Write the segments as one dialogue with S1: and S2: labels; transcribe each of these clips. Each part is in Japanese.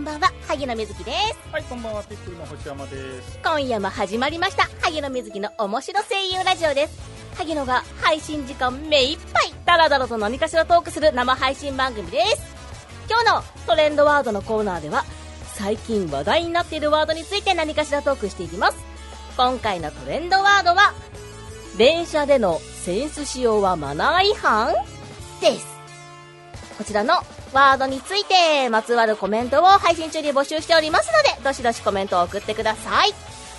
S1: 野瑞希です
S2: はい、こんばんは、ピックルの星山です。
S1: 今夜も始まりました萩野瑞希の面白声優ラジオです萩野が配信時間目いっぱいダラダラと何かしらトークする生配信番組です今日のトレンドワードのコーナーでは最近話題になっているワードについて何かしらトークしていきます今回のトレンドワードは電車でのセンス使用はマナー違反ですこちらのワードについてまつわるコメントを配信中に募集しておりますのでどしどしコメントを送ってください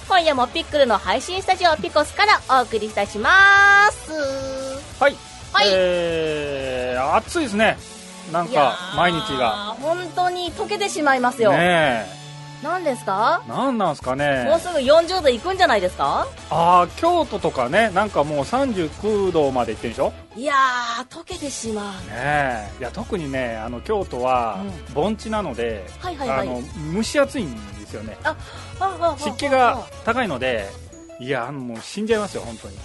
S1: 今夜もピックルの配信スタジオピコスからお送りいたします
S2: はい。
S1: はい
S2: えー、暑いですね。なん
S1: いや
S2: か、
S1: ー
S2: 毎日が。
S1: 本当に溶けてしまいますよ、
S2: ね
S1: 何ですか
S2: え。なんなんすかね
S1: もう。すぐ40度いくんじゃないですか
S2: ああ、京都とかね、なんかもう39度まで行ってんでしょ
S1: いやー溶けてしまう
S2: ねえ。いや、特にね、あの、京都は
S1: う
S2: 盆地なので、
S1: はいはいはい
S2: あの、蒸し暑いんですよね。
S1: ああああ
S2: 湿気が高いので、いや、もう死んじゃいますよ、本当に。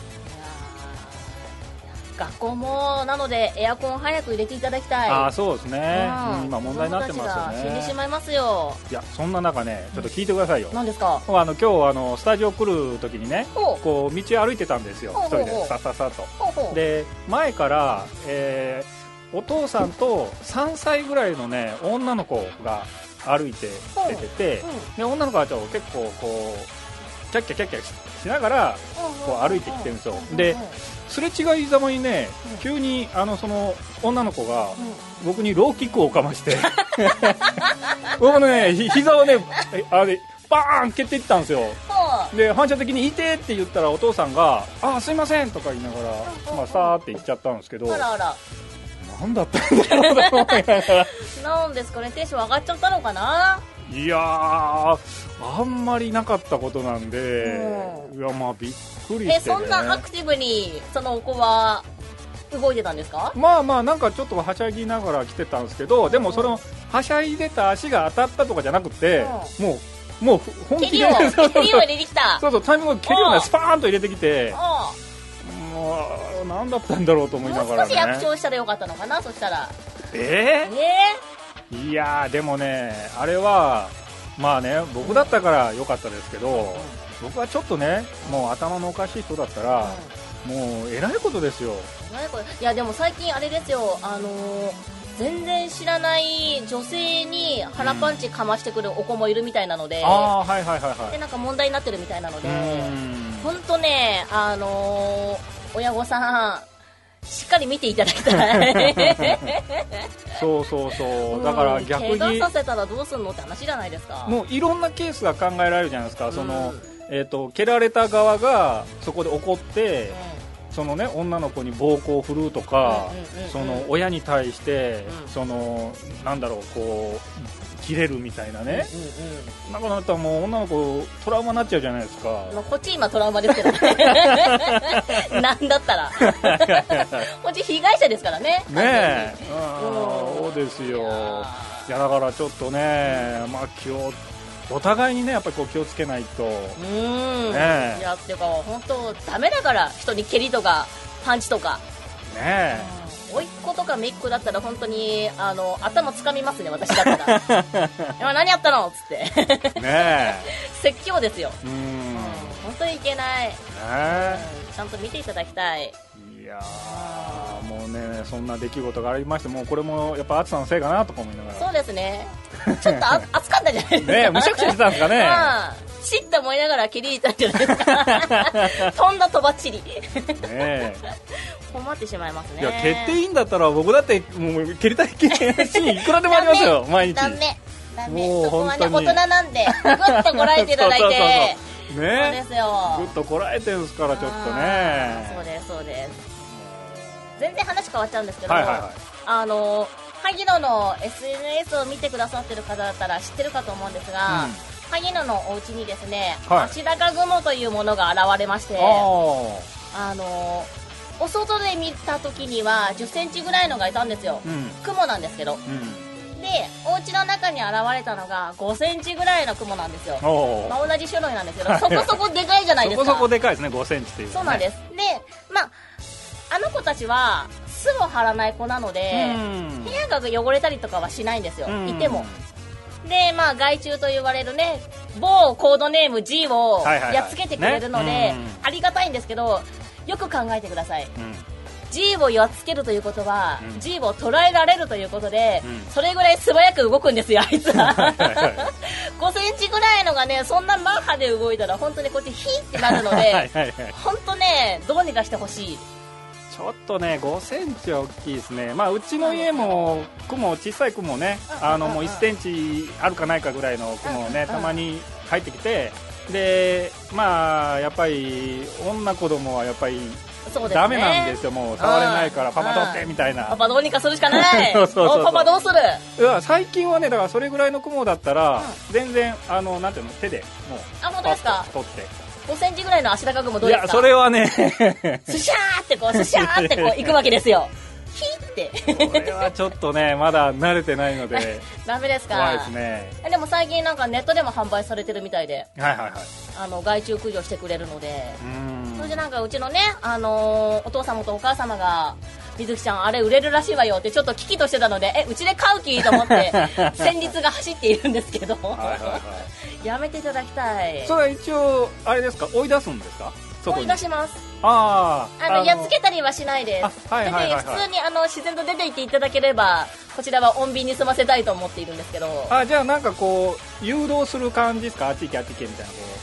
S1: 学校もなのでエアコン早く入れていただきたい
S2: ああ、そうですね。
S1: うん
S2: うん今問題になってますよ
S1: 子供たちが死んでし
S2: ね。
S1: まいますよ
S2: いや、そんな中ね、ちょっと聞いてくださいよ。
S1: 何ですか
S2: あの今日あのスタジオ来る時にね
S1: ほう
S2: こう道歩いてたんですよ
S1: ほうほ
S2: 一
S1: う
S2: 人
S1: ほう
S2: でさささと
S1: ほうほう
S2: で前から、えーお父さんと3歳ぐらいのね女の子が歩いて出てて
S1: うんうん
S2: で女の子はちょっと結構こうキャッキャキャッキャししながらこう歩いてきてるんですよですれ違いざまにね
S1: うん
S2: 急にあのその女の子が
S1: うん
S2: 僕にローキックをかまして 僕のねひ膝をねえあれバーン蹴っていったんですよ
S1: ほう
S2: で反射的に「いて!」って言ったらお父さんが「あーすいません」とか言いながら、まあ、さーって言っちゃったんですけど
S1: あらあら
S2: 何だったんだろうと思いなが ら
S1: なんですかねテンション上がっちゃったのかない
S2: やーあんまりなかったことなんで、
S1: う
S2: いやまあびっくりして、ね、
S1: えそんなアクティブにその子は動いてたんですか
S2: まあまあなんかちょっとはしゃぎながら来てたんですけどでもそのはしゃいでた足が当たったとかじゃなくて、もうもう本
S1: 蹴
S2: 気
S1: り
S2: で
S1: を
S2: そ
S1: 蹴
S2: うそう
S1: りを入れてきた
S2: そうそうタイミングを蹴るよう
S1: う
S2: なんスパーンと入れてきて
S1: う
S2: もう何だったんだろうと思
S1: ん
S2: い
S1: も
S2: な
S1: う
S2: がら、
S1: 少
S2: ね、
S1: し役勝したらよかったのかなそしたら
S2: え
S1: え
S2: ー
S1: え
S2: いやーでもねあれはまあね僕だったから良かったですけど僕はちょっとねもう頭のおかしい人だったらもうえらいことですよ
S1: 何これいやでも最近あれですよあのー全然知らない女性に腹パンチかましてくるお子もいるみたいなので、
S2: ああーはいはいはいは
S1: で
S2: い
S1: なんか問題になってるみたいなの
S2: う
S1: で
S2: ーん
S1: 本当ねあのー親御さんしっかり見ていただきたい
S2: そうそうそうだから逆
S1: うん怪
S2: に
S1: 我させたらどうすんのって話じゃないですか
S2: もういろんなケースが考えられるじゃないですかその
S1: うん、
S2: えー、と蹴られた側がそこで怒ってそのね女の子に暴行を振るうとか、
S1: うんうんうんうん
S2: その親に対して、
S1: うん
S2: そのなんだろうこう切れるみたいなね、
S1: うんうんうん
S2: そんなことなったらもう女の子トラウマになっちゃうじゃないですか
S1: まあ、こっち今トラウマですけど ねなんだったらこっち被害者ですからね
S2: ねえ
S1: う
S2: そ
S1: ん
S2: うですよ
S1: いやー
S2: いやだからちょっとね、まあ気をお互いにねやっぱりこう気をつけないと、
S1: うーん、
S2: ねえ
S1: いやっていうか本当ダメだから人に蹴りとかパンチとか
S2: ね
S1: 甥っ子とか姪っ子だったら本当にあの頭掴みますね私だったら 今何やったのっつって
S2: えね
S1: 説教ですよ、
S2: えうん
S1: うん
S2: ね、
S1: 本当にいけない、う
S2: え
S1: ん、ちゃんと見ていただきたい
S2: いやーもうねそんな出来事がありましてもうこれもやっぱ暑さのせいかなとか思いなが
S1: そ
S2: ら
S1: うですねちょっと あ熱かったんじゃないですか
S2: ねえむしゃくしゃしてたんですかね
S1: まあ、チッと思いながら蹴り入れたんじゃないです か飛んだ飛ばっちり
S2: ね
S1: 困ってしまいます
S2: え
S1: ね
S2: いや蹴っていいんだったら僕だってもう蹴りたい蹴りたいシーンいくらでもありますよ毎日
S1: ダメダメ
S2: もう
S1: そこはね
S2: 本当
S1: 大
S2: に
S1: 人なんでグッとこらえていただいて
S2: そうそうそうそう
S1: そう
S2: ね
S1: ですよ
S2: ぐっとこらえてるんですからちょっと
S1: あーそう
S2: ね
S1: ですそうです全然話変わっちゃうんですけど、
S2: はいはいはい
S1: あの萩野の SNS を見てくださってる方だったら知ってるかと思うんですが、
S2: うん
S1: 萩野のお家にですね、
S2: はい
S1: 足高雲というものが現れまして
S2: あ
S1: あのお外で見た時には1 0センチぐらいのがいたんですよ
S2: あうん
S1: 雲なんですけど
S2: うん
S1: でお家の中に現れたのが5センチぐらいの雲なんですよ、
S2: お
S1: ま
S2: ー
S1: あ、同じ種類なんですけどそこそこでかいじゃないで
S2: そ
S1: すか
S2: こそこでかいですね5センチっていうのは
S1: そう
S2: ね
S1: なんですでまああの子たちは巣を張らない子なので部屋が汚れたりとかはしないんですよ
S2: うん
S1: いてもで、まあ、害虫と言われるね、某コードネーム G を
S2: はいはいはい
S1: やっつけてくれるので、
S2: ねうん
S1: ありがたいんですけど、よく考えてください。
S2: うん
S1: G をやっつけるということは、
S2: うん
S1: G を捉えられるということで、
S2: うん
S1: それぐらい素早く動くんですよ、あいつは。
S2: はいはいは
S1: 5センチぐらいのがね、そんなマッハで動いたら、本当にこっちヒーってなるの
S2: いはい
S1: で、
S2: はいはい
S1: 本当ね、どうにかしてほしい。
S2: ちょっとね5センチは大きいですねまあうちの家も雲小さい雲ね
S1: うん
S2: あの
S1: うん
S2: もう
S1: うん
S2: 1センチあるかないかぐらいの雲を
S1: うんう
S2: ね
S1: ん
S2: たまに入ってきてでまあやっぱり女子供はやっぱり
S1: そうですね。
S2: ダメなんですよもう触れないからパパ取ってみたい
S1: パ
S2: な
S1: パどうにかするしかない。
S2: そうそうそうそう
S1: おパパどうする
S2: うわ最近はねだからそれぐらいの雲だったら
S1: う
S2: 全然あのなんていうの手でもう
S1: あ、本当ですか
S2: 取って
S1: 5センチぐらいの足高雲どう
S2: い
S1: ですか
S2: やそれは ね
S1: スシャーって こう、スシャーってこう行くわけですよ。ヒーって。
S2: これはちょっとねまだ慣れてないので
S1: ダメですか
S2: 怖いですね
S1: えでも最近なんかネットでも販売されてるみたいで、
S2: はいはいはい
S1: あの、害虫駆除してくれるので。
S2: うーん
S1: それでなんかうちのね、あのーお父様とお母様が、水木ちゃんあれ売れるらしいわよってちょっと危機としてたので、え、うちで買う気と思 って、戦慄が走っているんですけど、
S2: はいはいはい
S1: やめていただきたい。
S2: それは一応あれですか追い出すんですかそこ
S1: 追い
S2: に
S1: 出します。
S2: ああ
S1: あのやっつけたりはしないです。
S2: あはいはいはいはい
S1: で普通にあの自然と出て行っていただければ、こちらは穏便に済ませたいと思っているんですけど、
S2: あじゃあなんかこう誘導する感じですかあっち行けあっち行けみたいなこう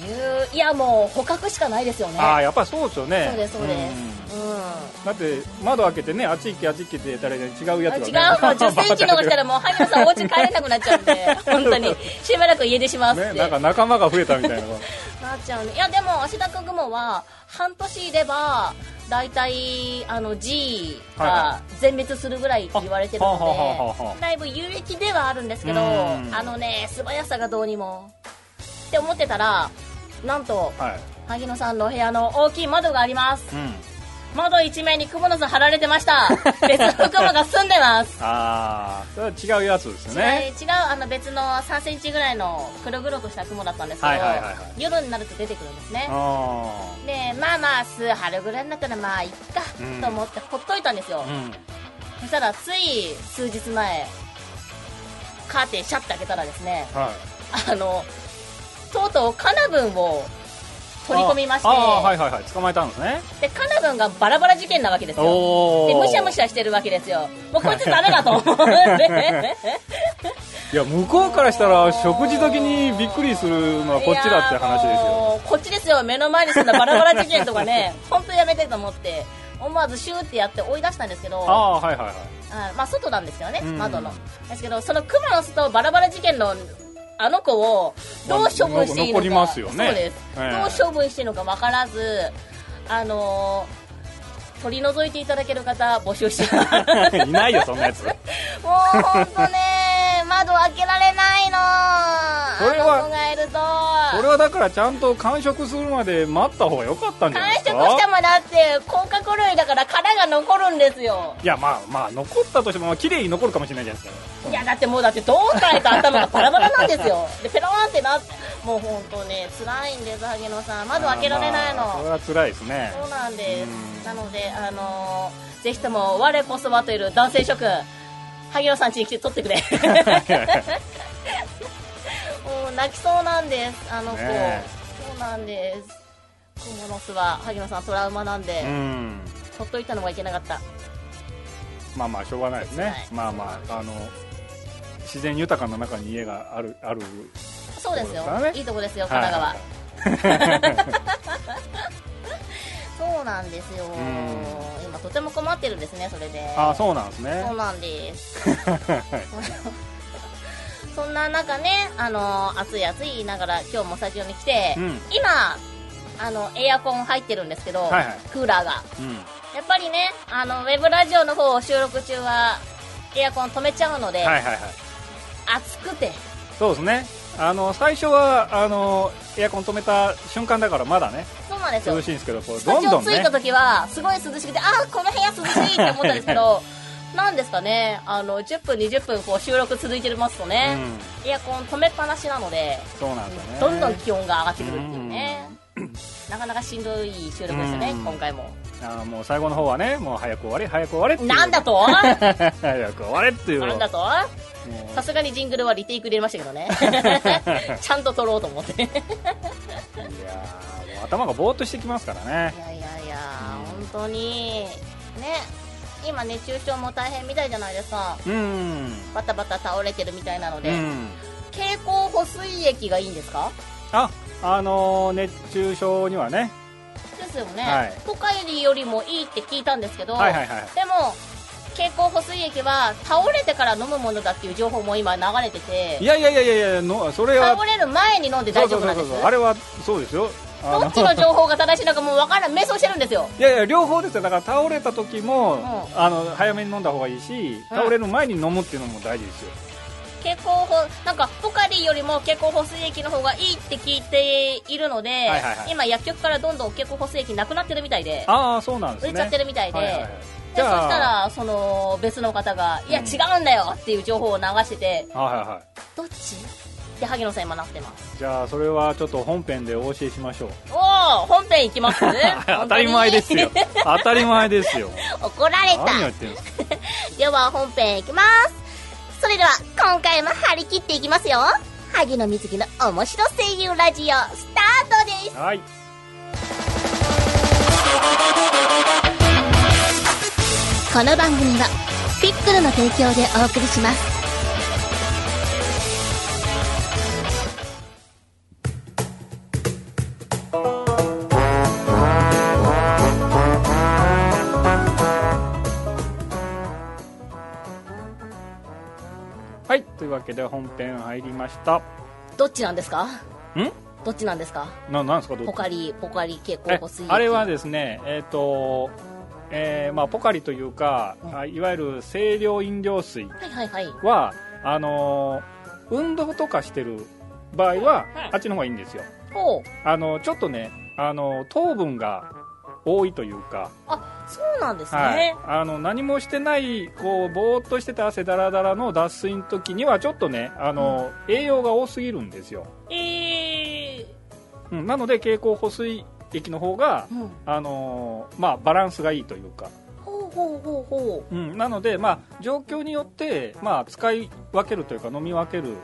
S1: いういやもう捕獲しかないですよね。
S2: ああやっぱりそうですよね
S1: そうですそうです。
S2: ん
S1: うん。
S2: だって窓開けてねあっち行けあっち行けって言ったらね違うや
S1: あ違うも
S2: つ
S1: う
S2: が、ね、
S1: 10センチのが来たらもう萩野さんお家帰れなくなっちゃうんで本当にしばらく家出しますって、
S2: ねなんか仲間が増えたみたいな
S1: なっちゃうんでいやでも足高雲は半年いれば大体あの G が全滅するぐらいって言われてるので、
S2: はいはいあはあはあはあ
S1: だいぶ有益ではあるんですけど
S2: うん
S1: あのね素早さがどうにもって思ってたらなんと
S2: はい
S1: 萩野さんの部屋の大きい窓があります
S2: うん
S1: 窓一面に蜘蛛の巣張られてました 別の雲が住んでます
S2: ああそれは違うやつですよね
S1: 違う違うあの別の3センチぐらいの黒々とした雲だったんですけど、
S2: はいはいはいはい
S1: 夜になると出てくるんですね
S2: あ
S1: でまあまあ数春ぐらいになったらまあいっか
S2: うん
S1: と思ってほっといたんですよ、
S2: あうん
S1: そしたらつい数日前カーテンシャッて開けたらですね
S2: はい
S1: あのとうとうカナブンを取り込みまして
S2: ああはいはいはい捕まえたんですね
S1: でカナブンがバラバラ事件なわけですよ
S2: おお
S1: でむしゃむしゃしてるわけですよもうこいつダメだと思 って
S2: いや向こうからしたら食事時にびっくりするのはこっちだって話で
S1: い
S2: す
S1: や
S2: よ
S1: もうこっちですよ目の前にそんなバラバラ事件とか ね本当やめてと思って思わずシューってやって追い出したんですけど
S2: ああはいはいはい
S1: あまあ外なんですけどね、
S2: うん
S1: 窓のですけどそのクマの巣とバラバラ事件のあの子をどう処分していいのか
S2: 残りますよね
S1: そうです、
S2: ええ
S1: どう処分していいのか分からずあのー取り除いていただける方募集してます
S2: いないよそんなやつそれ
S1: もう本当ね窓開けられないの
S2: それは
S1: あの子がいると
S2: はだからちゃんと完食するまで待った方が良かったんじゃ
S1: 完
S2: ないで
S1: 食
S2: す
S1: し
S2: か
S1: てもだって甲殻類だから殻が残るんですよ
S2: いやまあまあ残ったとしてもまあ綺麗に残るかもしれないじゃないですか
S1: いやだってもうだってどう考えた頭がバラバラなんですよでペローンってなってもう本当ね辛いんです萩野さん窓開けられないの、
S2: あーまあそれは辛いですね
S1: そうなんです
S2: うん
S1: なのであのーぜひとも我こそはという男性諸君萩野さん家に来て取 ってくれもう泣きそうなんですあの子、
S2: ねえ
S1: そうなんですクモの巣は萩野さんトラウマなんで、
S2: うん
S1: ほっといたのがいけなかった
S2: まあまあしょうがないです
S1: は
S2: ね
S1: い
S2: まあまああの自然豊かな中に家があるある
S1: そうですよ
S2: ところですからね
S1: いいとこですよ神奈川、
S2: はい
S1: そうなんですよ
S2: ん
S1: 今とても困ってるんですねそれで
S2: ああそうなんですね
S1: そうなんです そんな中ねあの暑い暑い言いながら今日もスタジオに来て、
S2: うん
S1: 今あのエアコン入ってるんですけど、
S2: はいはい
S1: クーラーが
S2: うん
S1: やっぱりねあのウェブラジオの方を収録中はエアコン止めちゃうので、
S2: はいはいはい
S1: 暑くて
S2: そうですねあの最初はあのエアコン止めた瞬間だからまだね
S1: そうなんですよ
S2: 涼しいんですけどこう
S1: スタ
S2: ど
S1: ジ
S2: ん
S1: オ
S2: どん
S1: 着いた
S2: ね
S1: 時はすごい涼しくてあーこの部屋涼しいって思ったんですけ どなんですかねあの10分20分こう収録続いてますとね、エアコン止めっぱなしなので
S2: そうなんですよね
S1: どんどん気温が上がってくるっていうね、なかなかしんどい収録でしたね、
S2: うん
S1: 今回も
S2: あーもう最 後の方はねもう早く終われ早く終われっていう
S1: なんだと
S2: 早く終われっていう
S1: なんだと
S2: もう
S1: さすがにジングルはリテイク入れましたけど ねちゃんと撮ろうと思ってい
S2: いやーもう頭がぼーっとしてきますからね
S1: やいやいや本当にね今熱中症も大変みたいじゃないですか
S2: うん
S1: バタバタ倒れてるみたいなの
S2: う
S1: で、
S2: ん
S1: 経口補水液がいいんですか
S2: ああのー熱中症にはね
S1: ですよね、
S2: はい
S1: ポカリよりもいいって聞いたんですけど、
S2: はいはいはい
S1: でも経口補水液は倒れてから飲むものだっていう情報も今流れて
S2: い
S1: て
S2: やいやいやいやいやのそれは
S1: 倒れる前に飲んで大丈夫なんで
S2: そうそうそ
S1: す
S2: うそうあれはそうですよあの
S1: どっちの情報が正しいのかもう分からない迷走してるんですよ
S2: いやいや両方ですよだから倒れた時も、
S1: ん
S2: あの早めに飲んだ方がいいし倒れる前に飲むっていうのも大事ですよ、
S1: 経口補なんかポカリよりも経口補水液の方がいいって聞いているので、
S2: いはいはい
S1: 今薬局からどんどん経口補水液なくなってるみたいで
S2: ああそうなんです
S1: 売
S2: ね
S1: れちゃってるみたいで,、
S2: はいはいはい
S1: で
S2: じ
S1: そ
S2: ゃあ
S1: したらその別の方が「いや
S2: うん
S1: 違うんだよ」っていう情報を流してて、
S2: はいはいはい
S1: どっちって萩野さん今なってます
S2: じゃあそれはちょっと本編でお教えしましょう
S1: おお本編いきます
S2: 当たり前ですよ当たり前ですよ
S1: 怒られ
S2: 何や
S1: た
S2: ってんですか
S1: では本編いきますそれでは今回も張り切っていきますよ萩野瑞希の面白声優ラジオスタートです
S2: はい
S1: この番組はピックルの提供でお送りします
S2: はいというわけで本編入りましたん
S1: どっちなんですかどっちなんですか
S2: ななんですかどっち
S1: ポカリポカリ蛍光
S2: え
S1: 補水液
S2: あれはですねえっ、とえーまあ、ポカリというか、
S1: うん
S2: あいわゆる清涼飲料水
S1: はいはいはい
S2: はあのー運動とかしてる場合は、
S1: うんうん
S2: あっちの方がいいんですよ
S1: ほう
S2: あのちょっとね、あの糖分が多いというか、
S1: あそうなんですね、
S2: はい、あの何もしてないこうぼーっとしてた汗だらだらの脱水の時にはちょっとね、あの栄養が多すぎるんですよ、
S1: え
S2: うん、なので経口補水液の方が
S1: ー、うん
S2: あのーまあ、バランスがいいというか、
S1: ほうほうほうほ
S2: うん、なので、まあ、状況によって、まあ、使い分けるというか飲み分ける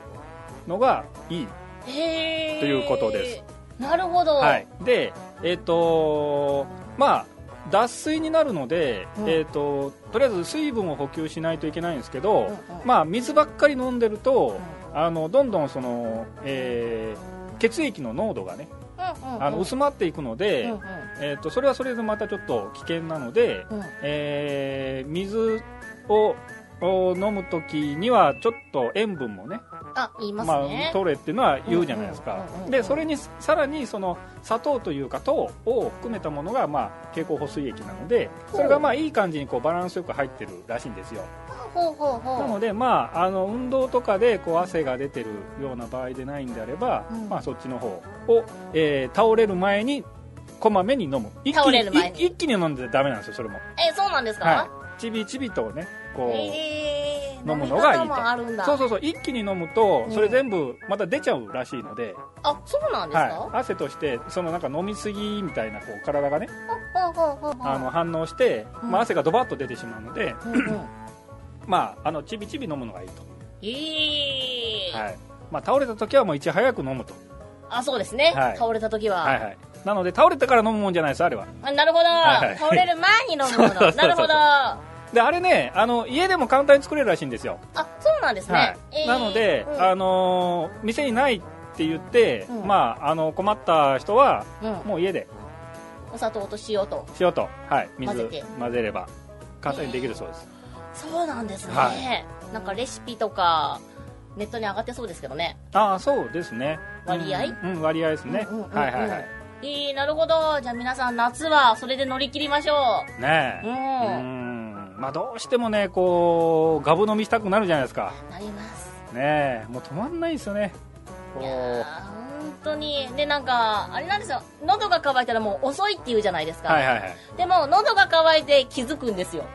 S2: のがいい、
S1: うへえ
S2: ということです
S1: なるほど、
S2: はい、でえっ、とまあ脱水になるので、
S1: うん
S2: えっととりあえず水分を補給しないといけないんですけ
S1: う
S2: ど、
S1: んうん
S2: まあ、水ばっかり飲んでると、あのどんどんその、えー血液の濃度がね
S1: うんうんうん
S2: あの薄まっていくので、
S1: うん
S2: えー、とそれはそれでまたちょっと危険なので、
S1: うんうん
S2: えー水をを飲む時にはちょっと塩分もね
S1: あ言います
S2: ま
S1: ね
S2: あ、、取れっていうのは言うじゃないですか
S1: うんうんうんうん
S2: でそれにさらにその砂糖というか糖を含めたものが、まあ、蛍光補水液なのでそれがまあいい感じにこうバランスよく入ってるらしいんですよ
S1: ほうほうほう
S2: なので、まあ、あの運動とかでこう汗が出てるような場合でないんであれば、
S1: うん
S2: まあ、そっちの方を、えー倒れる前にこまめに飲む一気
S1: 倒
S2: に
S1: れる前に
S2: い一気に飲んでダメなんですよそれも、
S1: えそうなんですか、
S2: はい、ちびちびとねこう、
S1: えー、
S2: 飲むのがいいと
S1: 飲み方もあるんだ
S2: そうそうそう一気に飲むと
S1: うん
S2: それ全部また出ちゃうらしいので、
S1: あそうなんですか、
S2: はい、汗としてそのなんか飲みすぎみたいなこう体がね、
S1: ほうほうほうほう
S2: あの反応して、
S1: うん
S2: まあ、汗がドバッと出てしまうので、
S1: うんうん
S2: まあ、あのちびちび飲むのがいいと、
S1: えー
S2: はいまあ、倒れた時はもういち早く飲むと、
S1: あそうですね、
S2: はい
S1: 倒れた時は、
S2: はいはい、なので倒れてから飲むもんじゃないですあれは
S1: あなるほど、
S2: はいはい
S1: 倒れる前に飲むも
S2: そうそうそう
S1: の
S2: そう
S1: なるほどあ
S2: であれねあの家でも簡単に作れるらしいんですよ、
S1: そうなんですね、
S2: はい
S1: えー
S2: なので、
S1: うん
S2: あのー店にないって言って、
S1: うん
S2: まあ、あの困った人は
S1: うん
S2: もう家で
S1: お砂糖と塩と
S2: 塩と、はい、水
S1: 混ぜて
S2: 混ぜれば簡単にできるそうです、
S1: そうなんですね、
S2: は
S1: なんかレシピとかネットに上がってそうですけどね
S2: ああそうですね
S1: 割合
S2: うん、うん割合ですね、
S1: うんうんうんうん
S2: はいはいはい
S1: えー、なるほどじゃあ皆さん夏はそれで乗り切りましょ
S2: ね
S1: うう
S2: えうんんまあどうしてもねこうガブ飲みしたくなるじゃないですか
S1: なります
S2: ねえもう止まんないですよねこ
S1: いうやー本当にでなんかあれなんですよ喉が渇いたらもう遅いって言うじゃないですか、
S2: はいはいはい
S1: でも喉が渇いて気づくんです よ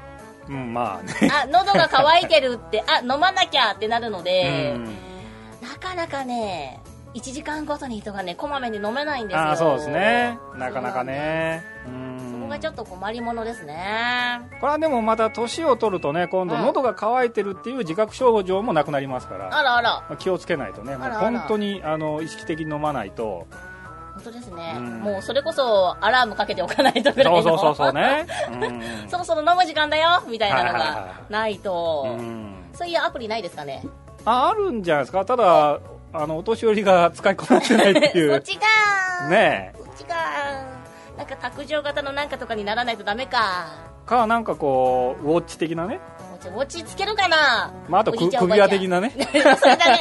S2: うんまあね、
S1: あ喉が渇いてるってあ飲まなきゃってなるので
S2: うん
S1: なかなかね1時間ごとに人がねこまめに飲めないんですよ
S2: ああそうですねなかなかねう
S1: そ
S2: ん
S1: こがちょっと困りものですね
S2: これはでもまた年を取るとね今度
S1: うん
S2: 喉が渇いてるっていう自覚症状もなくなりますから、
S1: あらあら
S2: まあ気をつけないとねも
S1: あ
S2: う
S1: らあら
S2: 本当にあの意識的に飲まな いと
S1: 本当ですね、
S2: うん
S1: もうそれこそアラームかけておかないとぐらい
S2: そ
S1: の
S2: うそうそうそう ね、うん、
S1: そろそろ飲む時間だよみたいなの
S2: はいはいはい
S1: が
S2: は
S1: ないと、
S2: うん
S1: そういうアプリないですかね
S2: ああるんじゃないですかただあのお年寄りが使いこなしてないってい
S1: そっ
S2: う
S1: ちかー
S2: ね
S1: そっちかーなんか卓上型のなんかとかにならないとダメか
S2: えかなんかこうウォッチ的なね、
S1: もうちょウォッチつけるかな、
S2: まあ、あと
S1: お じい
S2: く
S1: ちゃんおば
S2: 首
S1: あちゃ
S2: 輪
S1: ん
S2: 的なね
S1: それダメそれダメな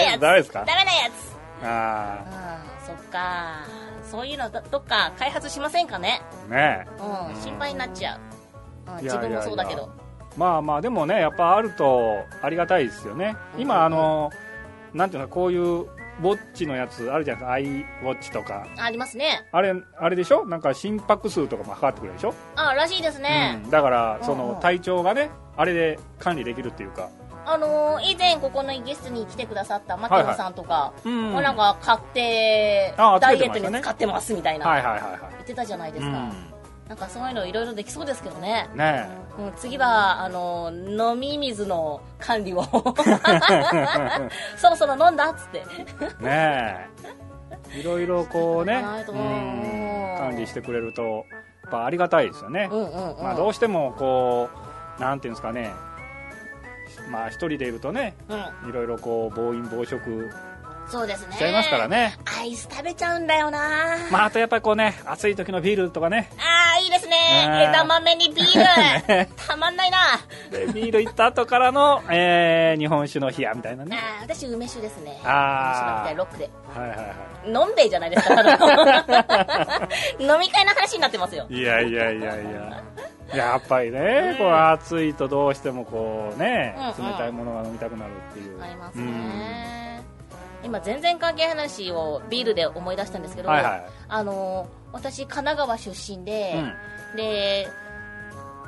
S1: やつ
S2: ダメですか
S1: ダメなやつ
S2: あ
S1: あーそっかそういうのどどっか開発しませんかね
S2: あねえ
S1: うん心配になっちゃう、うん
S2: いや
S1: 自分もそうだけ
S2: いや
S1: ど
S2: いまあまあでもねやっぱあるとありがたいですよね
S1: うん
S2: 今あのなんていうのこういうウォッチのやつあるじゃないですかアイウォッチとか
S1: ありますね
S2: あれあれでしょなんか心拍数とかも測ってくれるでしょ、
S1: あらしいですね、
S2: うんだからそ
S1: うんう
S2: の
S1: ん
S2: 体調がねあれで管理できるっていうか、
S1: あのー以前ここのゲストに来てくださった牧野さんとか、
S2: うん
S1: もうなんか買って
S2: あ
S1: ダイ
S2: 集
S1: エ
S2: めて
S1: ット
S2: ましたね
S1: に使ってますみたいな、
S2: はいはいはいはい
S1: 言ってたじゃないです
S2: う
S1: か、
S2: ん
S1: なんかそういうのいろいろできそうですけどね、
S2: ね
S1: うん、次はあのー飲み水の管 理をそろそろ飲んだっつって
S2: えねえいろいろこうね
S1: そういうこと
S2: う
S1: かなと思うん
S2: 管理してくれるとやっぱありがたいですよね、
S1: うんうんうん、
S2: まあ、どうしてもこうなんていうんですかねまあ一人でいるとね
S1: うん、
S2: いろいろこう暴飲暴食
S1: そうですね
S2: しちゃいますからね、
S1: アイス食べちゃうんだよな、
S2: まああとやっぱりこうね暑い時のビールとかね
S1: ああいいですね
S2: ね
S1: 枝豆にビー ルたまんないな
S2: でビール行った後からの、えー日本酒の冷やみたいなね
S1: あー私梅酒ですね
S2: あー
S1: 梅酒飲みたいロックで
S2: はいはいは
S1: 飲んべえじゃないですかただ の飲み会の話になってますよ
S2: いいやいやいやいややっぱりね、こう暑いとどうしてもこうね、
S1: うんうん
S2: 冷たいものが飲みたくなるっていう
S1: ありますね今全然関係ない話をビールで思い出したんですけ
S2: うん
S1: ど、
S2: はいは
S1: あのー私神奈川出身で
S2: い、、うん
S1: で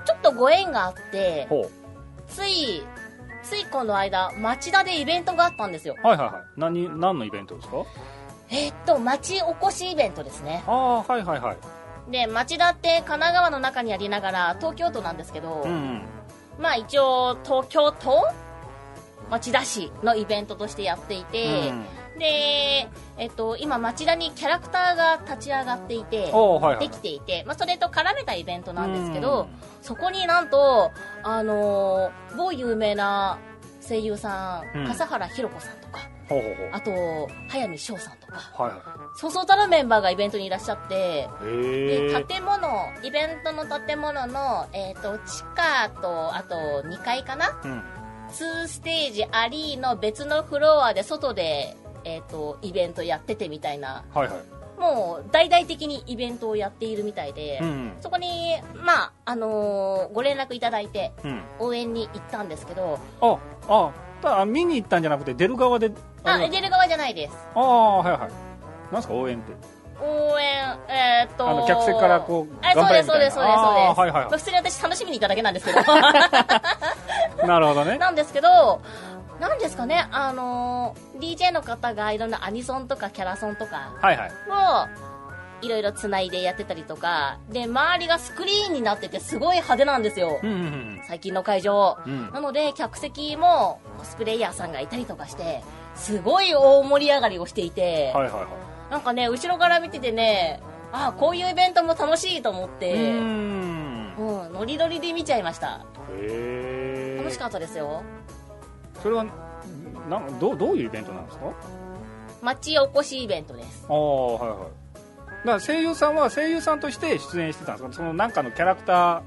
S1: ちょっとご縁があって
S2: ほ
S1: ついついこの間町田でイベントがあったんですよ
S2: うはいはいはい何何のイベントですか
S1: えーっと町おこしイベントですね
S2: ああはいはいはい
S1: で町田って神奈川の中にありながら東京都なんですけど、
S2: うんうん
S1: まあ一応東京都町田市のイベントとしてやっていて、で、えっと、今町田にキャラクターが立ち上がっていて
S2: うん、おーはいはい
S1: できていて、まあ、それと絡めたイベントなんですけど、そこになんと、あのー某有名な声優さん、
S2: うん
S1: 笠原弘子さんとか、
S2: うんほうほうほう
S1: あと、早見翔さんとか、
S2: はいは
S1: そうそうたるメンバーがイベントにいらっしゃって、
S2: いへ
S1: で
S2: え
S1: 建物イベントの建物の、えー、と地下とあと2階かな
S2: うん
S1: 2ステージありの別のフロアで外で、えー、とイベントやっててみたいな
S2: はいはい
S1: もう大々的にイベントをやっているみたいで、
S2: うん
S1: そこにまああのーご連絡いただいて
S2: うん
S1: 応援に行ったんですけど
S2: ああただ見に行ったんじゃなくて出る側であ
S1: あ
S2: れ
S1: 出る側じゃないです
S2: ああはいはいなんすか応援って
S1: 応援えーっと
S2: あの客席からこう
S1: あ
S2: 頑
S1: そう
S2: 張
S1: で
S2: れ
S1: すそう
S2: みた
S1: ですそうですそう
S2: いな
S1: です
S2: あーはいはいはい
S1: まあ普通に私楽しみにいただけなんですけど
S2: なるほどね
S1: なんですけど、なんですかね、あのー DJ の方がいろんなアニソンとかキャラソンとか
S2: はいは
S1: を、
S2: い
S1: いろいろ繋いでやってたりとか、で、周りがスクリーンになっててすごい派手なんですよ
S2: う。んうん
S1: 最近の会場。
S2: うんうん
S1: なので、客席もコスプレイヤーさんがいたりとかして、すごい大盛り上がりをしていて、
S2: はいはいはい
S1: なんかね、後ろから見ててね、あこういうイベントも楽しいと思っ
S2: う
S1: て、
S2: ー
S1: うん、
S2: ん
S1: ノリノリで見ちゃいました。
S2: へえ
S1: 楽しかったですよ。
S2: それはなんどうどういうイベントなんですか
S1: 町おこしイベントです。
S2: ああはいはいだから声優さんは声優さんとして出演してたんですかそのなんかのキャラクター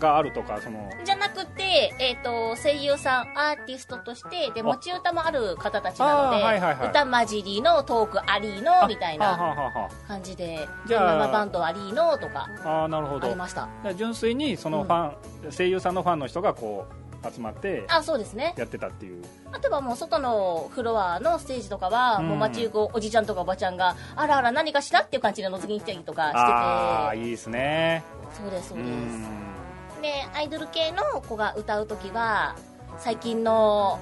S2: があるとかその
S1: じゃなくて、えっと声優さんアーティストとしてで
S2: あ
S1: 持ち歌もある方たちなので、
S2: あーはいはいはい
S1: 歌混じりのトークありのみたい
S2: はあ
S1: な
S2: はあはあは
S1: 感じで
S2: じゃあ
S1: 生バンドありのとか
S2: あああなるほ
S1: あ
S2: ど
S1: りました
S2: だから純粋にそのファン、声優さんのファンの人がこう集まって
S1: あそうですね
S2: やってたっていう
S1: あとはもう外のフロアのステージとかは、
S2: うん
S1: もう街行くおじちゃんとかおばちゃんがあらあら何かしらっていう感じで覗きに来たりと
S2: あ
S1: か
S2: あ
S1: し
S2: いいですね
S1: ててそうですそう
S2: う
S1: です、
S2: ん
S1: でアイドル系の子が歌う時は最近の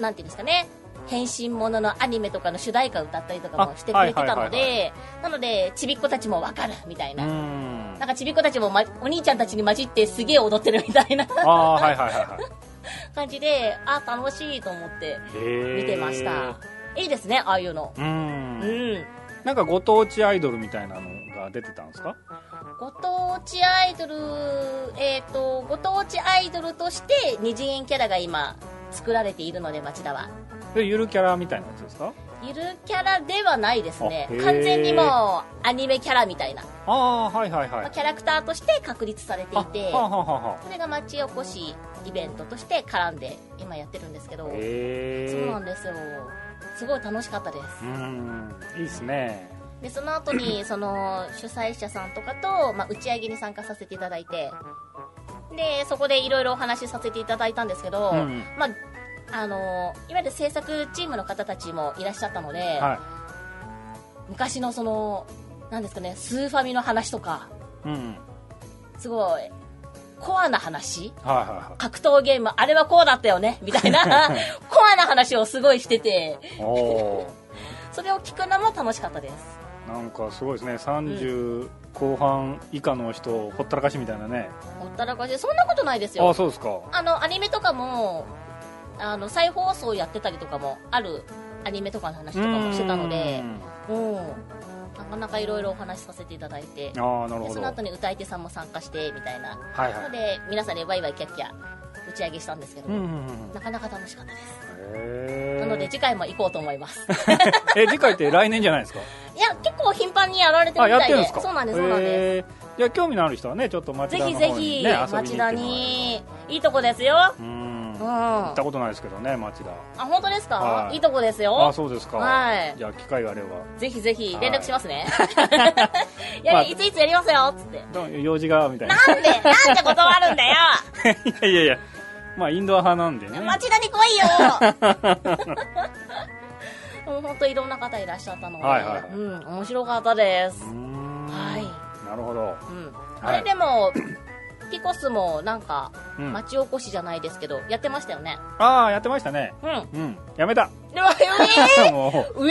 S1: なんていうんですかね変身もののアニメとかの主題歌歌ったりとかもしてく
S2: あ
S1: れてたの
S2: はいはい
S1: でなのでちびっ子たちもわかるみたいな、
S2: ん
S1: なんかちびっ子たちも、ま、お兄ちゃんたちに混じってすげえ踊ってるみたいな
S2: ああはいはいはいはい
S1: 感じであ楽しいと思って
S2: へー
S1: 見てました、いいですねああいうの
S2: う
S1: うんん
S2: なんかご当地アイドルみたいなのが出てたんですか
S1: ご当地アイドルえっ、とご当地アイドルとして二次元キャラが今作られているので町田は
S2: でゆるキャラみたいなやつですか
S1: ゆるキャラではないですね
S2: あへー
S1: 完全にもうアニメキャラみたいな、
S2: ああはいはいはい
S1: まあキャラクターとして確立されていて
S2: あはあはあはあ
S1: それが町おこしイベントとして絡んで今やってるんですけど
S2: へ
S1: そうなんですよすごい楽しかったです
S2: えうんいいっすね
S1: でその後 にその主催者さんとかと、まあ、打ち上げに参加させていただいてでそこでいろいろお話しさせていただいたんですけど、
S2: うん
S1: まああのいわゆる制作チームの方たちもいらっしゃったので、
S2: は
S1: 昔のそのなんですかねスーファミの話とか
S2: いうん
S1: すごいコアな話
S2: はいはいは
S1: 格闘ゲームあれはこうだったよねみたいな コアな話をすごいしてて
S2: いおお
S1: それを聞くのも楽しかったです
S2: ーなんかすごいですね30後半以下の人をほったらかしみたいなね
S1: ほったらかしそんなことないですよ
S2: ああそうですか
S1: あの、アニメとかも、あの、再放送やってたりとかも、あるアニメとかの話とかもしてたので、うん。なかなかいろいろお話しさせていただいて、
S2: うんああなる
S1: で
S2: ほ
S1: そ
S2: ど
S1: の
S2: は
S1: 後に歌い手さんも参加して、みたいな。
S2: いは
S1: の
S2: い
S1: で、皆さんでワイワイキャッキャ打ち上げしたんですけど、
S2: うんうんうん
S1: なかなか楽しかったです。
S2: へ
S1: なので、
S2: ー
S1: 次回も行こうと思います。
S2: え次回って来年じゃない ですか
S1: いや、結構頻繁にやられてる
S2: あ
S1: み
S2: やった
S1: い
S2: てる
S1: で、
S2: んですか
S1: そうなんです、そうなんです。
S2: へーじゃあ興味のある人はねちょっと町
S1: ぜ
S2: 田の
S1: ひ
S2: 方
S1: ぜ
S2: に
S1: ひ、
S2: ね遊び
S1: 町田
S2: に行ってもらえ
S1: に、いいとこですよ。
S2: う
S1: うんん。
S2: 行
S1: あ
S2: っ、たことないですけどね町田
S1: 本当ですか
S2: はい
S1: いいとこですよ。
S2: あそうですか
S1: はい
S2: じゃあ機会があれば
S1: ぜひぜひ
S2: はい
S1: 連絡します ね。いや、
S2: まあ
S1: いついつやりますよっつって。
S2: どう用事がみたいな
S1: なんで、なんで断るんだよ
S2: いやいやいやまあインドア派なんでね
S1: 町田に来 いよもう本当いろんな方いらっしゃったので、
S2: はいはいはい
S1: うん、面白かったで
S2: う
S1: す
S2: ー。ん
S1: は
S2: なるほど
S1: うん。あ
S2: はい
S1: れでも、ピコスもなんか、
S2: うん
S1: 町おこしじゃないですけど、やってましたよね。
S2: ああやってましたね
S1: うん。
S2: うんやめた
S1: でも、え
S2: も
S1: ぇ、ー、う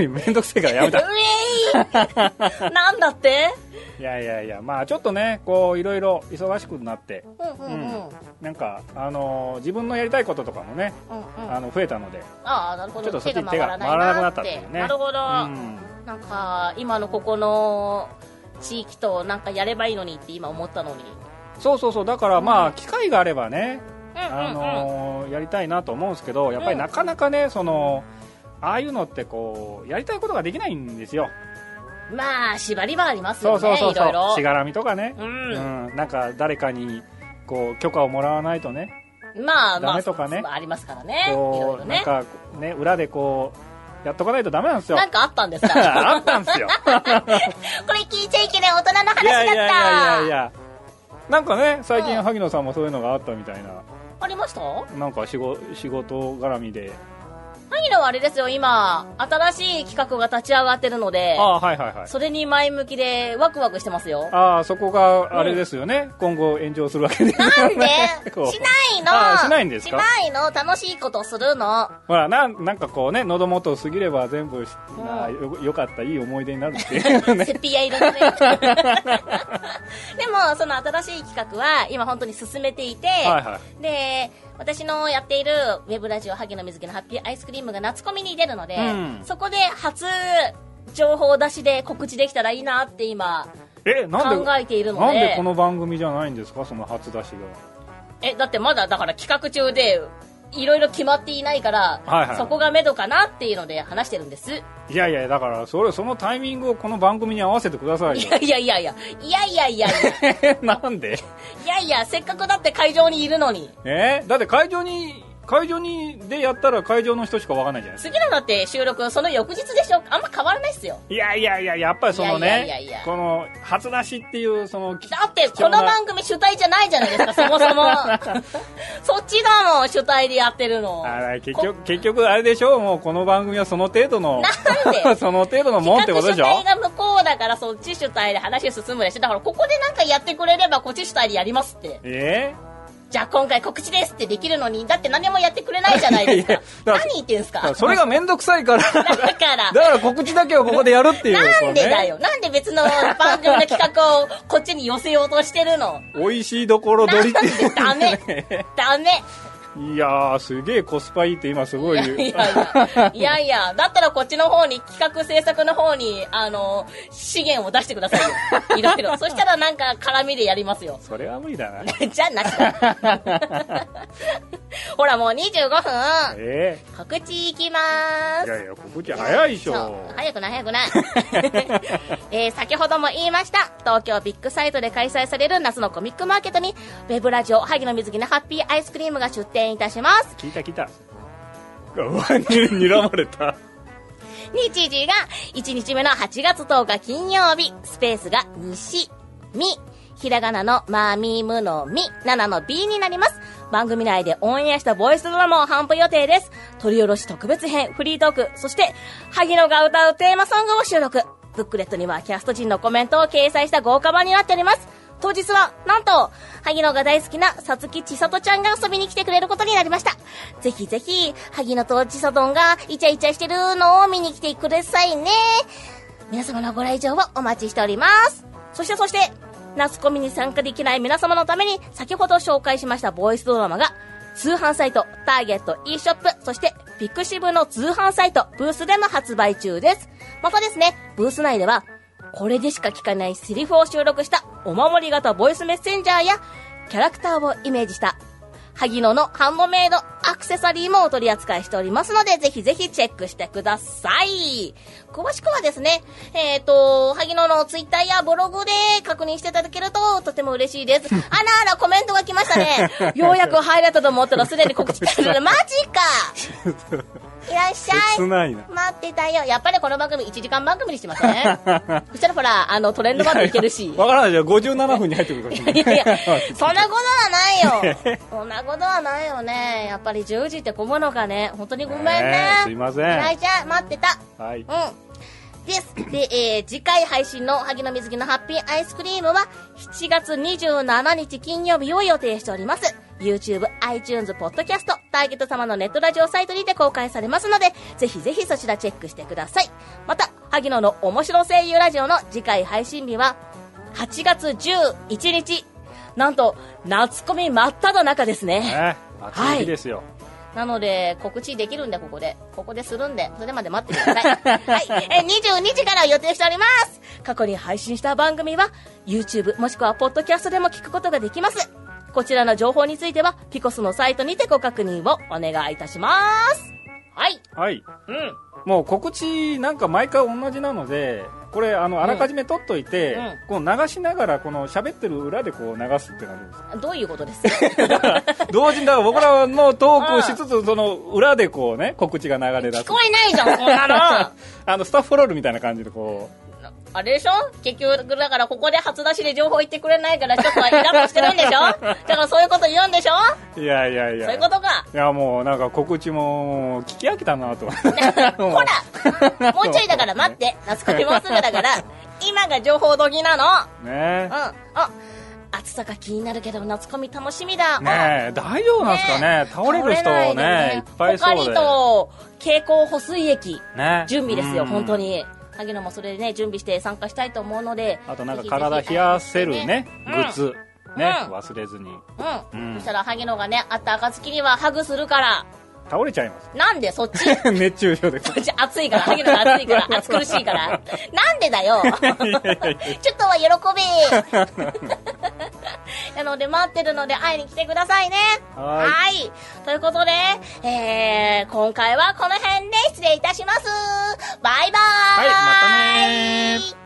S1: え
S2: うめんどくせえから
S1: ぇ、
S2: やめた
S1: うえー、なんだって
S2: いやいやいやまあちょっとねこういろいろ忙しくなって
S1: うんうんうん。うん
S2: うんなんかあのー自分のやりたいこととかもね
S1: うん。
S2: あの増えたので
S1: ああ、なるほ
S2: ちょっ
S1: ど。
S2: とそっ
S1: 手
S2: ちに
S1: が
S2: 手
S1: 回ら
S2: が
S1: ない
S2: 回らなく
S1: な
S2: な
S1: っ。
S2: ってた
S1: な
S2: っていうね
S1: るほど。
S2: うん
S1: なんか、今のここの地域となんかやればいいのにって今思ったのに。
S2: そうそうそうだからま
S1: う
S2: あ
S1: ん
S2: 機会があればね
S1: うんうんうん。
S2: あのーやりたいなと思うんですけどやっぱりなかなかねそのああいうのってこうやりたいことができないんですよ
S1: まあ、縛りはありますよ
S2: そ
S1: ね、
S2: うそうそう
S1: いろい
S2: そ
S1: ろ
S2: うし。がらみとかね
S1: う。
S2: うんんなんか誰かにこう許可をもらわないとね
S1: まあ、ま
S2: ダ
S1: あ、
S2: メとかね
S1: そうそうありますからね。いろい
S2: こ
S1: ろ
S2: うなん
S1: ね。
S2: かね裏でこうやっとかないとダメなんですよ
S1: なんかあったんですか
S2: あったんで すよ
S1: これ聞いちゃいけない大人の話
S2: いやいやいやいやい
S1: だった
S2: やなんかね最近
S1: うん
S2: 萩野さんもそういうのがあったみたいな
S1: ありました
S2: なんか仕事仕事絡みで
S1: 萩野はあれですよ、今、新しい企画が立ち上がってるので、
S2: ああはいはいはい
S1: それに前向きでワクワクしてますよ。
S2: ああそこがあれですよね、今後炎上するわけですよね
S1: なんで
S2: こう
S1: しない
S2: あ
S1: の
S2: しないんですか
S1: しないの楽しいことするの。
S2: ほらなんなんかこうね喉元を過ぎれば全部し
S1: うん
S2: なよよかったいい思い出になる っていうね
S1: セピア色 のね。でも、その新しい企画は今本当に進めていて、
S2: はいはい
S1: で、私のやっているウェブラジオ萩野瑞希のハッピーアイスクリームが夏コミに出るので、
S2: うん
S1: そこで初情報出しで告知できたらいいなって今
S2: えな
S1: 考
S2: んで
S1: えているので、
S2: なんでこの番組じゃないんですかその初出し
S1: え、だってまだだから企画中で、いろいろ決まっていないから、
S2: はいはい
S1: そこが目処かなっていうので話してるんです。
S2: がいやいやだからそれそのタイミングをこの番組に合わせてください
S1: い
S2: よ
S1: やいやいやいや、いやいやいやいや、い
S2: なんで
S1: やいや、せっかくだって会場にいるのに。
S2: えーだって会場に会場にでやったら会場の人しかわかんないじゃないですか
S1: 次のだって収録その翌日でしょあんま変わらないっすよ
S2: いやいやいややっぱりそのね
S1: いやいやいやいや
S2: この初出しっていうその
S1: だってこの番組主体じゃないじゃないです かそもそもそっちだもん主体でやってるの
S2: あら結
S1: こ
S2: 局結局あれでしょうもうこの番組はその程度の
S1: なんで
S2: その程度のもんってことでしょ
S1: 企画主体が向こうだからそっち主体で話進むでしょだからここでなんかやってくれればこっち主体でやりますって
S2: え
S1: じゃあ今回告知ですってできるのにだって何もやってくれないじゃないですか
S2: いやいやだから
S1: 何言ってんす
S2: だか
S1: から
S2: それが面倒くさいから、だ
S1: だから
S2: から告知だけはここでやるっていう。
S1: なんでだ
S2: こ
S1: よ、なんで別の番組の企画をこっちに寄せようとしてるの
S2: うね。美味しいどころ取りっていう、ね。
S1: なんでダメ
S2: いやー、すげえコスパいいって今すごい言う。
S1: いやいやいやいやだったらこっちの方に企画制作の方にあの資源を出してくださいよいろいろそしたらなんか絡みでやりますよ
S2: それは無理だな。
S1: じゃあなしだ ほらもう25分
S2: え
S1: 告知いきまー
S2: えい
S1: す
S2: やいや、告知早いでし
S1: そ
S2: ょ
S1: う。早くない 早くない、えー先ほども言いました東京ビッグサイトで開催される夏のコミックマーケットにウェブラジオ萩野水着のハッピーアイスクリームが出店いたします
S2: 聞いた聞いた。うわ、にらまれた。
S1: 日時が1日目の8月10日金曜日、スペースが西、み、ひらがなのまみむのみ、7の B になります。番組内でオンエアしたボイスドラマを頒布予定です。取り下ろし特別編、フリートーク、そして、萩野が歌うテーマソングを収録。ブックレットにはキャスト陣のコメントを掲載した豪華版になっております。当日は、なんと、萩野が大好きなさつきちさとちゃんが遊びに来てくれることになりました。ぜひぜひ、萩野とちさとんがイチャイチャしてるのを見に来てくださいね。皆様のご来場をお待ちしております。そしてそして、ナスコミに参加できない皆様のために、先ほど紹介しましたボイスドラマが、通販サイト、ターゲット e ショップ、そして、ピクシブの通販サイト、ブースでも発売中です。またですね、ブース内では、これでしか聞かないセリフを収録したお守り型ボイスメッセンジャーや、キャラクターをイメージした萩野のハンドメイドアクセサリーもお取り扱いしておりますので、ぜひぜひチェックしてください。詳しくはですね、えっ、と、萩野のツイッターやブログで確認していただけるととても嬉しいです。あらあら、コメントが来ました ね。ようやく入れたと思ったらすでに告知 してる。マジかいらっしゃ
S2: 切
S1: い。
S2: ないな。
S1: 待ってたよ。やっぱりこの番組1時間番組にしてます ね。そしたらほら、あの、トレンドまでいけるし。
S2: わからないじゃん、57分に入ってくるかもしれ
S1: いやいや
S2: ない。、
S1: そんなことはないよ。そんなことはないよね。やっぱり10時って混むのかね。本当にごめんね
S2: え。ーすいません
S1: いちゃん、待ってた。
S2: はい。
S1: うん。です。で、えー、次回配信の萩野水着のハッピーアイスクリームは7月27日金曜日を予定しております。YouTube、iTunes、Podcast、ターゲット様のネットラジオサイトにて公開されますので、ぜひぜひそちらチェックしてください。また、萩野の面白声優ラジオの次回配信日は8月11日。なんと、夏コミ真っ只中ですね。
S2: ね、暑い日ですよ。
S1: なので、告知できるんで、ここで。ここでするんで、それまで待っててください。 はい。え、22時から予定しております。過去に配信した番組は、YouTube もしくは Podcast でも聞くことができます。こちらの情報については、ピコスのサイトにてご確認をお願いいたします。はい。
S2: はい。
S1: うん。
S2: もう告知なんか毎回同じなのでこれあのあらかじめ撮っといて、こう流しながらこの喋ってる裏でこう流すって感じです
S1: どういうことです
S2: 同時にだから僕らのトークをしつつその裏でこうね告知が流れ出す
S1: 聞こえないじゃん、こんな の。
S2: あのスタッフロールみたいな感じでこ
S1: あれでしょ結局、だからここで初出しで情報言ってくれないから、ちょっとイラッとして るんでしょだからそういうこと言うんでしょ
S2: ういやいやいや
S1: そういうことか。
S2: いやもうなんか告知も聞き飽きたなと
S1: ほら もうちょいだから待って夏コミもうすぐだから今が情報時なのう
S2: ね
S1: んあ暑さが気になるけど夏コミ楽しみだ
S2: ねえ大丈夫なんですかね
S1: ね
S2: 倒れる人ねいっぱいそう
S1: ポカ
S2: で
S1: リと蛍光補水液
S2: ね
S1: 準備ですよ
S2: うん
S1: 本当に萩野もそれでね準備して参加したいと思うので
S2: あとなんか
S1: ぜひぜひ
S2: 体冷やせるね
S1: う
S2: グ
S1: ん
S2: ッズね
S1: うん
S2: 忘れずに
S1: うん、
S2: うん
S1: そしたら萩野がねあった暁にはハグするから
S2: 倒れちゃ います
S1: なんでそっち
S2: 熱中症で
S1: こっち暑いから萩野が暑いから暑苦しいからなんでだよちょっとは喜べ なので待ってるので会いに来てくださいね。
S2: はーい
S1: いということで、えー、今回はこの辺で失礼いたします。バイバーイ。
S2: はいまたねー